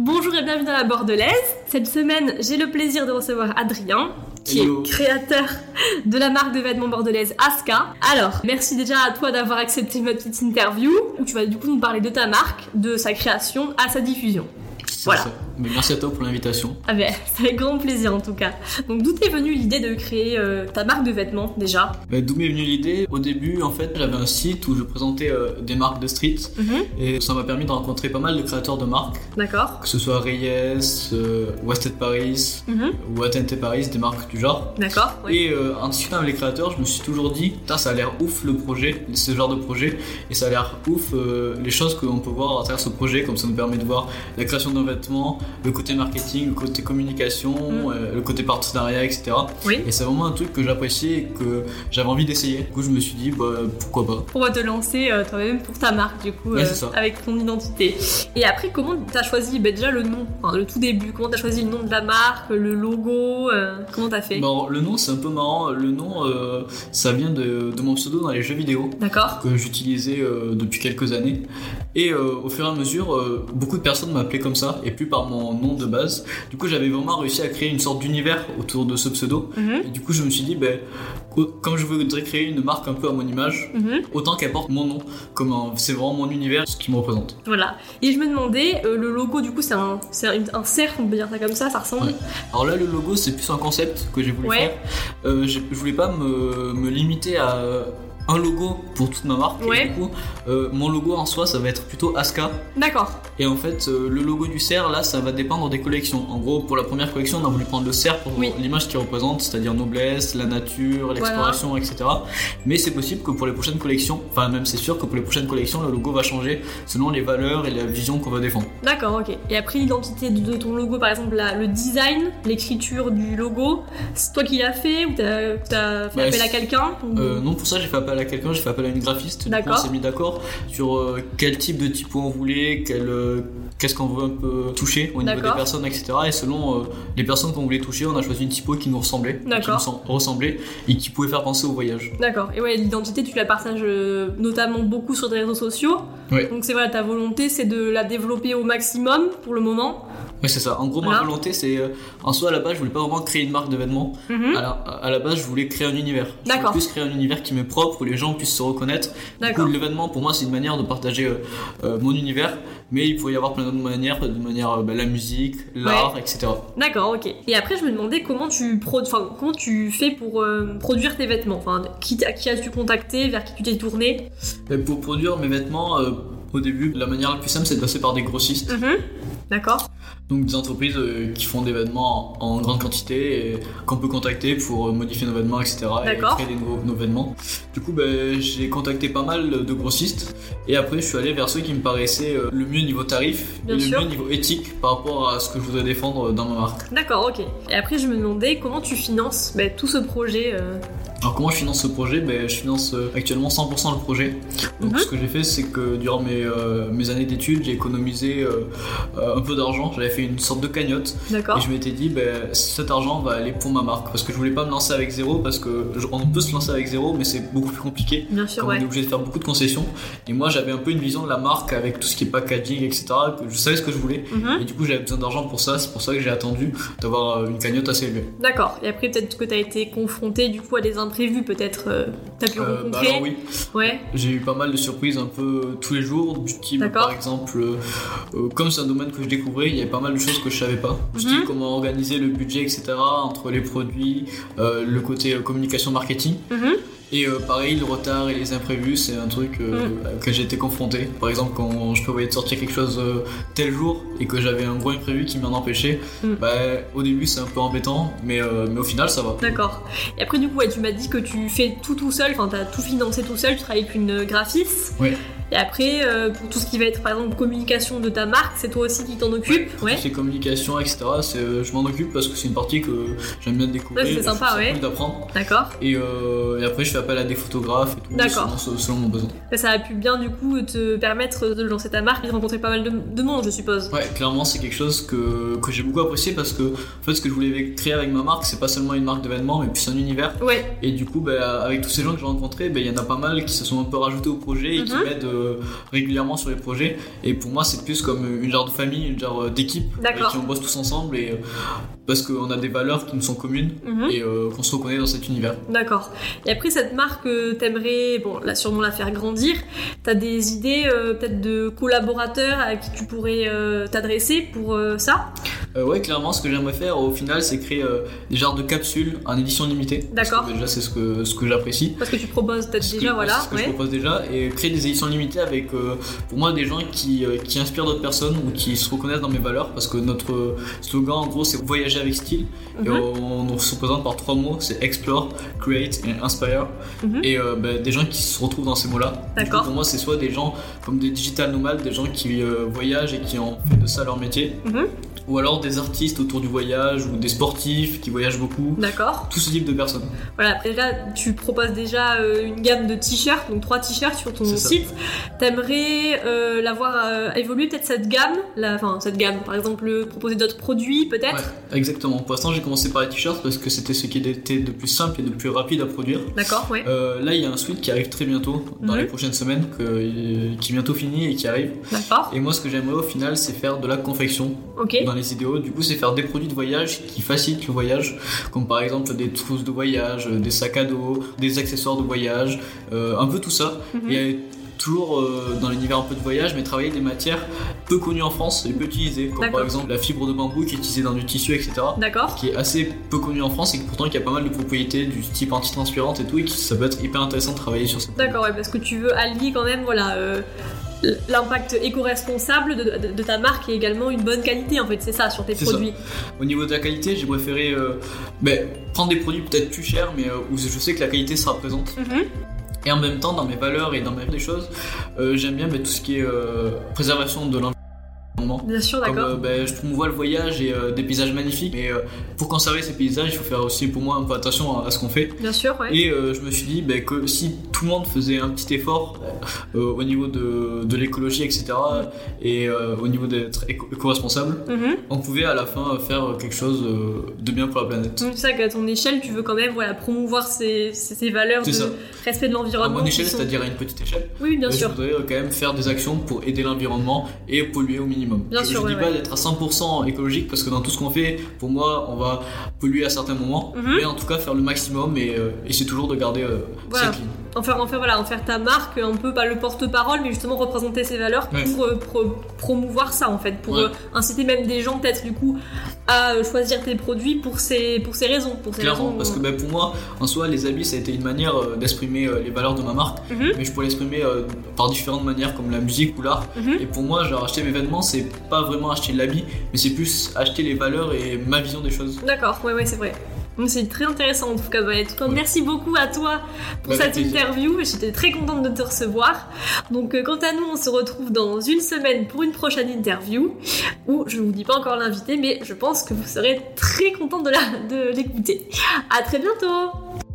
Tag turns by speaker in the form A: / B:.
A: et bienvenue dans la Bordelaise. Cette semaine, j'ai le plaisir de recevoir Adrien, qui
B: Hello.
A: est créateur de la marque de vêtements bordelaise Aska. Alors, merci déjà à toi d'avoir accepté ma petite interview, où tu vas du coup nous parler de ta marque, de sa création à sa diffusion.
B: C'est
A: Voilà.
B: ça. Mais merci à toi pour l'invitation.
A: Ah ben, c'est avec grand plaisir en tout cas. Donc, d'où t'est venue l'idée de créer euh, ta marque de vêtements déjà
B: Bah, D'où m'est venue l'idée Au début, en fait, j'avais un site où je présentais euh, des marques de street et ça m'a permis de rencontrer pas mal de créateurs de marques,
A: D'accord
B: que ce soit Reyes, euh, Wasted Paris
A: Mhm.
B: ou ATNT Paris, des marques du genre.
A: D'accord oui.
B: Et euh, en discutant avec les créateurs, je me suis toujours dit, Putain, ça a l'air ouf le projet, ce genre de projet, et ça a l'air ouf euh, les choses qu'on peut voir à travers ce projet, comme ça nous permet de voir la création d'un vêtement, le côté marketing, le côté communication,
A: Mm.
B: euh, le côté partenariat, etc.
A: Oui.
B: Et c'est vraiment un truc que j'appréciais et que j'avais envie d'essayer. Du coup, je me suis dit, bah, pourquoi pas.
A: Pour te lancer euh, toi-même pour ta marque du coup euh,
B: Ouais, c'est ça.
A: avec ton identité. Et après comment t'as choisi ben, déjà le nom, enfin, le tout début, comment t'as choisi le nom de la marque, le logo, euh, comment t'as fait
B: Bon, le nom, c'est un peu marrant. Le nom, euh, ça vient de, de mon pseudo dans les jeux vidéo.
A: D'accord
B: que j'utilisais euh, depuis quelques années. Et euh, au fur et à mesure, euh, beaucoup de personnes m'appelaient comme ça, et plus par mon nom de base. Du coup, j'avais vraiment réussi à créer une sorte d'univers autour de ce pseudo.
A: Mhm,
B: Et du coup, je me suis dit, ben, co- comme je voudrais créer une marque un peu à mon image,
A: mhm,
B: autant qu'elle porte mon nom. Comme un- c'est vraiment mon univers, ce qui me représente.
A: Voilà. Et je me demandais, euh, le logo du coup c'est un, c'est un, un cercle, on peut dire ça comme ça, ça ressemble
B: Ouais. Alors là, le logo, c'est plus un concept que j'ai voulu
A: Ouais.
B: faire. Euh, j'ai- je voulais pas me, me limiter à un logo pour toute ma marque. Et
A: Ouais.
B: du coup, euh, mon logo en soi, ça va être plutôt Aska.
A: D'accord.
B: Et en fait, euh, le logo du cerf, là, ça va dépendre des collections. En gros, pour la première collection, on a voulu prendre le cerf pour
A: Oui.
B: l'image qu'il représente, c'est-à-dire noblesse, la nature, l'exploration, etc. Mais c'est possible que pour les prochaines collections, enfin même c'est sûr que pour les prochaines collections, le logo va changer selon les valeurs et la vision qu'on va défendre.
A: D'accord, ok. Et après l'identité de, de ton logo, par exemple la- le design, l'écriture du logo, c'est toi qui l'as fait ou t'as t'as fait
B: Bah,
A: appel à
B: c'est-
A: quelqu'un ou-
B: Euh, non, pour ça, j'ai fait appel à quelqu'un, j'ai fait appel à une graphiste. Du coup,
A: D'accord.
B: on s'est mis d'accord sur euh, quel type de typo on voulait, quel, euh, qu'est-ce qu'on veut un peu toucher au niveau des
A: D'accord.
B: personnes, etc. Et selon euh, les personnes qu'on voulait toucher, on a choisi une typo qui nous ressemblait, qui
A: D'accord.
B: nous sem- ressemblait et qui pouvait faire penser au voyage.
A: D'accord. Et ouais, l'identité, tu la partages euh, notamment beaucoup sur tes réseaux sociaux.
B: Ouais.
A: Donc c'est voilà, ta volonté, c'est de la développer au maximum pour le moment.
B: Oui, c'est ça. En gros, ma
A: Voilà.
B: volonté, c'est euh, en soi, à la base, je voulais pas vraiment créer une marque de vêtements.
A: Mhm.
B: À, la, à la base, je voulais créer un univers. Je voulais
A: D'accord.
B: plus créer un univers qui m'est propre, où les gens puissent se reconnaître. Du coup,
A: D'accord.
B: l'événement, pour moi, c'est une manière de partager euh, euh, mon univers, mais il pourrait y avoir plein d'autres manières, de manière euh, bah, la musique, l'art, etc.
A: D'accord, ok. Et après, je me demandais comment tu, produ- enfin, comment tu fais pour euh, produire tes vêtements. Enfin, qui, t'a- qui as-tu contacté, vers qui tu t'es tourné
B: Et pour produire mes vêtements, euh, au début, la manière la plus simple, c'est de passer par des grossistes,
A: Mhm. D'accord.
B: donc des entreprises euh, qui font des vêtements en, en grande quantité et qu'on peut contacter pour euh, modifier nos vêtements, etc. et
A: D'accord.
B: créer des nouveaux nos vêtements. Du coup, ben, j'ai contacté pas mal de grossistes et après, je suis allé vers ceux qui me paraissaient euh, le mieux niveau tarif
A: Bien
B: et
A: sûr.
B: le mieux niveau éthique par rapport à ce que je voudrais défendre euh, dans ma marque.
A: D'accord, ok. Et après, je me demandais comment tu finances ben, tout ce projet. euh.
B: Alors comment je finance ce projet ben, Je finance euh, actuellement 100% le projet. Donc
A: Mhm.
B: ce que j'ai fait c'est que durant mes, euh, mes années d'études j'ai économisé euh, euh, un peu d'argent. J'avais fait une sorte de cagnotte
A: D'accord.
B: et je m'étais dit ben, cet argent va aller pour ma marque parce que je voulais pas me lancer avec zéro parce que je- on peut se lancer avec zéro mais c'est beaucoup plus compliqué.
A: Bien sûr,
B: Comme on
A: ouais.
B: est obligé de faire beaucoup de concessions. Et moi j'avais un peu une vision de la marque avec tout ce qui est packaging etc. Que je savais ce que je voulais.
A: Mhm.
B: Et du coup j'avais besoin d'argent pour ça. C'est pour ça que j'ai attendu d'avoir euh, une cagnotte assez élevée.
A: D'accord. Et après, peut-être que t'as été confronté du coup à des imprévus, peut-être. euh, t'as pu
B: Euh, bah,
A: rencontrer.
B: alors oui.
A: Ouais.
B: J'ai eu pas mal de surprises un peu euh, tous les jours du type
A: D'accord.
B: par exemple euh, euh, comme c'est un domaine que je découvrais il y avait pas mal de choses que je savais pas du
A: Mhm.
B: type comment organiser le budget etc entre les produits euh, le côté euh, communication marketing
A: Mhm.
B: et euh, pareil le retard et les imprévus c'est un truc euh,
A: Mm.
B: auquel j'ai été confronté par exemple quand je prévoyais de sortir quelque chose euh, tel jour et que j'avais un gros imprévu qui m'en empêchait
A: Mhm.
B: bah, au début c'est un peu embêtant mais, euh, mais au final ça va
A: D'accord. Et après, du coup, ouais, tu m'as dit que tu fais tout tout seul, enfin, t'as tout financé tout seul, tu travailles avec une euh, graphiste.
B: Ouais.
A: Et après, euh, pour tout ce qui va être, par exemple, communication de ta marque, c'est toi aussi qui t'en occupe. Ouais.
B: Toutes ces communications, etc. c'est, euh, je m'en occupe parce que c'est une partie que j'aime bien découvrir.
A: Ouais, c'est
B: et je
A: sympa,
B: trouve ça
A: ouais.
B: cool d'apprendre.
A: D'accord.
B: Et, euh, et après, je fais appel à des photographes et tout,
A: D'accord.
B: selon, selon mon besoin.
A: Ça, Bah, ça a pu bien, du coup, te permettre de lancer ta marque et de rencontrer pas mal de, de monde, je suppose.
B: Ouais, clairement, c'est quelque chose que, que j'ai beaucoup apprécié parce que, en fait, ce que je voulais créer avec ma marque, c'est pas seulement une marque d'événements, mais plus un univers.
A: Ouais.
B: Et du coup, bah, avec tous ces gens que j'ai rencontrés, bah, il y en a pas mal qui se sont un peu rajoutés au projet et qui
A: Mhm.
B: m'aident euh, euh, régulièrement sur les projets. Et pour moi, c'est plus comme une genre de famille, une genre euh, d'équipe avec
A: D'accord.
B: qui on bosse tous ensemble et euh, parce qu'on a des valeurs qui nous sont communes
A: Mhm.
B: et euh, qu'on se reconnaît dans cet univers.
A: D'accord. Et après, cette marque, euh, t'aimerais, bon, là, sûrement la faire grandir. T'as des idées, euh, peut-être, de collaborateurs à qui tu pourrais euh, t'adresser pour euh, ça
B: Euh, ouais, clairement, ce que j'aimerais faire au final, c'est créer euh, des genres de capsules en édition limitée. Parce que
A: D'accord.
B: Déjà, c'est ce que, ce que j'apprécie.
A: Parce que tu proposes peut-être
B: Ce que-
A: déjà, voilà.
B: c'est ce que je
A: ouais.
B: propose déjà et créer des éditions limitées avec euh, pour moi des gens qui, euh, qui inspirent d'autres personnes ou qui se reconnaissent dans mes valeurs parce que notre euh, slogan en gros c'est voyager avec style et
A: Mhm.
B: on, on se présente par trois mots c'est explore, create et inspire
A: Mhm.
B: et euh, bah, des gens qui se retrouvent dans ces mots là
A: D'accord.
B: pour moi c'est soit des gens comme des digital nomades des gens qui euh, voyagent et qui ont fait de ça leur métier
A: Mhm.
B: ou alors des artistes autour du voyage ou des sportifs qui voyagent beaucoup
A: D'accord.
B: tout ce type de personnes
A: Voilà, après là, tu proposes déjà euh, une gamme de t-shirts, donc trois t-shirts sur ton
B: C'est ça.
A: site. T'aimerais euh, la voir euh, évoluer peut-être cette gamme, la- enfin cette gamme, par exemple euh, proposer d'autres produits peut-être.
B: Ouais, exactement. Pour l'instant, j'ai commencé par les t-shirts parce que c'était ce qui était de plus simple et de plus rapide à produire.
A: D'accord, ouais.
B: Euh, là, il y a un sweat qui arrive très bientôt, dans
A: Mhm.
B: les prochaines semaines, que- euh, qui est bientôt fini et qui arrive.
A: D'accord,
B: Et moi, ce que j'aimerais au final, c'est faire de la confection
A: ok.
B: dans les idéaux. Du coup, c'est faire des produits de voyage qui facilitent le voyage, comme par exemple des trousses de voyage, euh, des sacs à dos, des accessoires de voyage, euh, un peu tout ça.
A: Mhm.
B: Il y a toujours euh, dans l'univers un peu de voyage, mais travailler des matières peu connues en France et peu utilisées, comme
A: D'accord.
B: par exemple la fibre de bambou qui est utilisée dans du tissu, etc.
A: D'accord.
B: Qui est assez peu connue en France et que pourtant qui a pas mal de propriétés du type antitranspirante et tout, et qui ça peut être hyper intéressant de travailler sur cette.
A: D'accord, ouais, parce que tu veux allier quand même, voilà, euh, l'impact éco-responsable de, de- de ta marque et également une bonne qualité, en fait, c'est ça, sur tes
B: C'est ça.
A: produits.
B: Au niveau de la qualité, j'ai préféré euh, ben, prendre des produits peut-être plus chers, mais euh, où je sais que la qualité sera présente.
A: Mhm.
B: Et en même temps, dans mes valeurs et dans mes des choses, euh, j'aime bien ben, tout ce qui est euh, préservation de l'environnement.
A: Bien sûr,
B: Comme
A: d'accord.
B: euh, ben, je promouvois le voyage et euh, des paysages magnifiques, mais euh, pour conserver ces paysages, il faut faire aussi pour moi un peu attention à, à ce qu'on fait.
A: Bien sûr, ouais.
B: Et euh, je me suis dit ben, que si tout le monde faisait un petit effort euh, au niveau de, de l'écologie, etc., et euh, au niveau d'être éco- éco-responsable,
A: Mhm.
B: on pouvait à la fin faire quelque chose euh, de bien pour la planète.
A: Donc, C'est ça qu'à ton échelle, tu veux quand même voilà, promouvoir ces, ces- ces valeurs
B: C'est
A: de
B: ça.
A: respect de
B: À
A: l'environnement.
B: mon
A: qui
B: échelle,
A: sont-
B: c'est-à-dire à une petite échelle.
A: Oui, bien
B: Euh,
A: sûr.
B: Je voudrais euh, quand même faire des actions pour aider l'environnement et polluer au minimum.
A: Bien
B: je
A: sûr,
B: ne dis
A: ouais,
B: pas
A: ouais.
B: d'être à 100% écologique parce que dans tout ce qu'on fait, pour moi, on va polluer à certains moments,
A: Mhm.
B: mais en tout cas faire le maximum et, euh, essayer toujours de garder euh,
A: Voilà.
B: c'est clean.
A: En faire, en faire, voilà, en faire ta marque, un peu pas le porte-parole, mais justement représenter ces valeurs
B: Ouais.
A: pour, euh, pro- promouvoir ça en fait, pour
B: Ouais.
A: euh, inciter même des gens peut-être du coup à euh, choisir tes produits pour ces, pour ces raisons. Pour ces
B: Clairement,
A: raisons,
B: parce que bah, pour moi, en soi, les habits, ça a été une manière euh, d'exprimer euh, les valeurs de ma marque,
A: Mhm.
B: mais je pourrais l'exprimer euh, par différentes manières, comme la musique ou l'art.
A: Mhm.
B: Et pour moi, genre, acheter mes vêtements, c'est pas vraiment acheter l'habit, mais c'est plus acheter les valeurs et ma vision des choses.
A: D'accord, ouais, ouais, c'est vrai. Donc, C'est très intéressant en tout cas. bah, en tout cas,
B: Ouais.
A: Merci beaucoup à toi pour
B: Bah,
A: cette
B: avec plaisir.
A: interview. J'étais très contente de te recevoir. Donc, euh, quant à nous, on se retrouve dans une semaine pour une prochaine interview où je ne vous dis pas encore l'invité, mais je pense que vous serez très content de la- de l'écouter. à très bientôt!